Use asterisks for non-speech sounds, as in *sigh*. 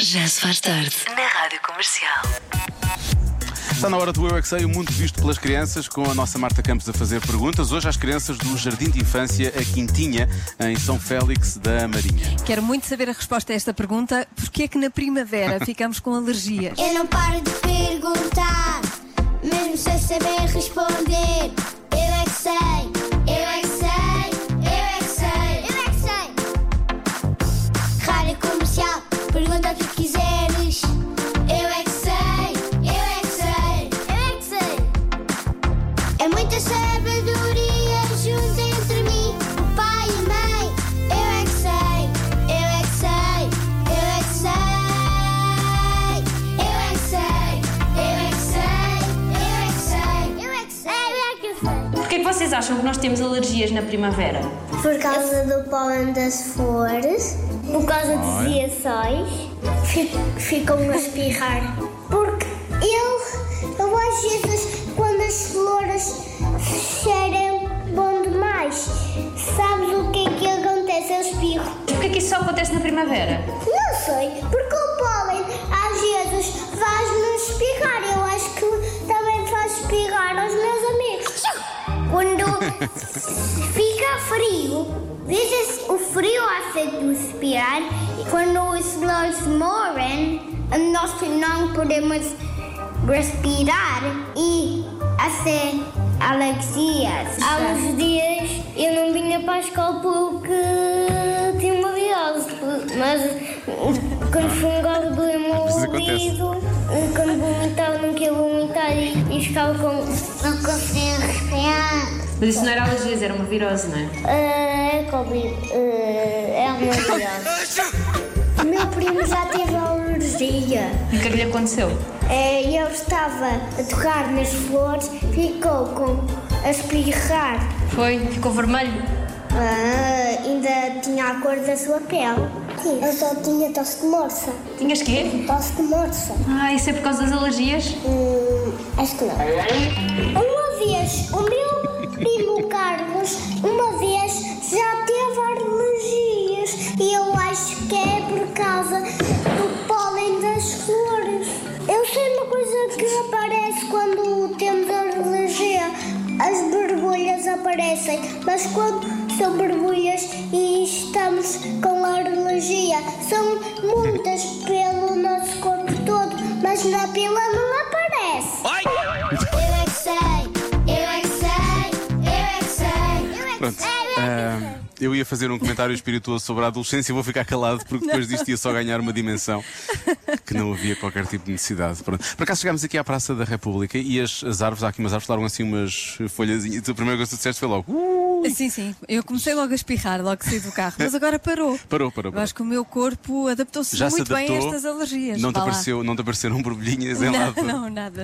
Já se faz tarde. na Rádio Comercial. Está na hora do Eu é que Sei, o mundo visto pelas crianças, com a nossa Marta Campos a fazer perguntas. Hoje às crianças do Jardim de Infância, a Quintinha, em São Félix da Marinha. Quero muito saber a resposta a esta pergunta. Porquê é que na primavera ficamos com alergias? Eu não paro de perguntar, mesmo sem saber responder. Eu é que sei, eu é que sei, eu é que sei, eu é que sei. Rádio comercial, pergunta o que quiseres. Eu é que sei, eu é que sei, eu é que sei. É E muita sabedoria junta entre mim, o pai e a mãe. Eu é que sei, eu é que sei, eu é que sei. Eu é que sei, eu é que sei, eu é que sei, eu é que sei, eu é que sei. Porquê é que vocês acham que nós temos alergias na primavera? Por causa do pólen das flores, por causa dos iaçóis, ficam a espirrar. Porque eu, eu às vezes, quando as flores cheiram bom demais, sabes o que é que acontece? Eu espirro. Porquê é que isso só acontece na primavera? Não sei, porque o pólen às vezes faz-nos espirrar. Eu acho que também faz espirrar aos meus amigos. Quando fica frio, vezes o frio aceita-nos espirrar. E Quando os flores morrem, nós não podemos respirar e assim alergias. Há uns dias eu não vinha para a escola porque tinha uma virose, mas quando fungava doeu meu Às vezes acontece. ouvido, quando vomitava não queria vomitar e, e ficava com... Não conseguia respirar. Mas isso não era alergias, era uma virose, não é? É Covid. é uma virose. Meu primo já teve alergia. E o que é que lhe aconteceu? É, eu estava a tocar nas flores, ficou com a espirrar. Foi? Ficou vermelho? Ah, ainda tinha a cor da sua pele. Eu só tinha tosse de morsa. Tinhas quê? Tosse de morsa. Ah, isso é por causa das alergias? Hum, acho que não. Uma vez, o meu primo Carlos, uma vez já teve alergias. E eu acho que é por causa do pólen das flores. Eu sei uma coisa que aparece quando temos alergia. As borbulhas aparecem, mas quando são borbulhas e estamos com alergia, são muitas pelo nosso corpo todo, mas na pila não aparece. Eu é que sei, eu é que sei, eu é que sei, eu é que Pronto. sei, eu é que ah, eu ia fazer um comentário espirituoso sobre a adolescência e vou ficar calado porque depois disto ia só ganhar uma dimensão que não havia qualquer tipo de necessidade. Pronto. Por acaso chegámos aqui à Praça da República e as, as árvores, há aqui umas árvores, largam assim umas folhazinhas. A primeira coisa que tu disseste foi logo. "Uh!" Sim, sim. Eu comecei logo a espirrar, logo que saí do carro, mas agora parou. Parou, parou, Eu parou. acho que o meu corpo adaptou-se Já muito se adaptou. bem a estas alergias. Não te, Vá lá. apareceu, não te apareceram borbulhinhas em lado. *laughs* Não, não, nada.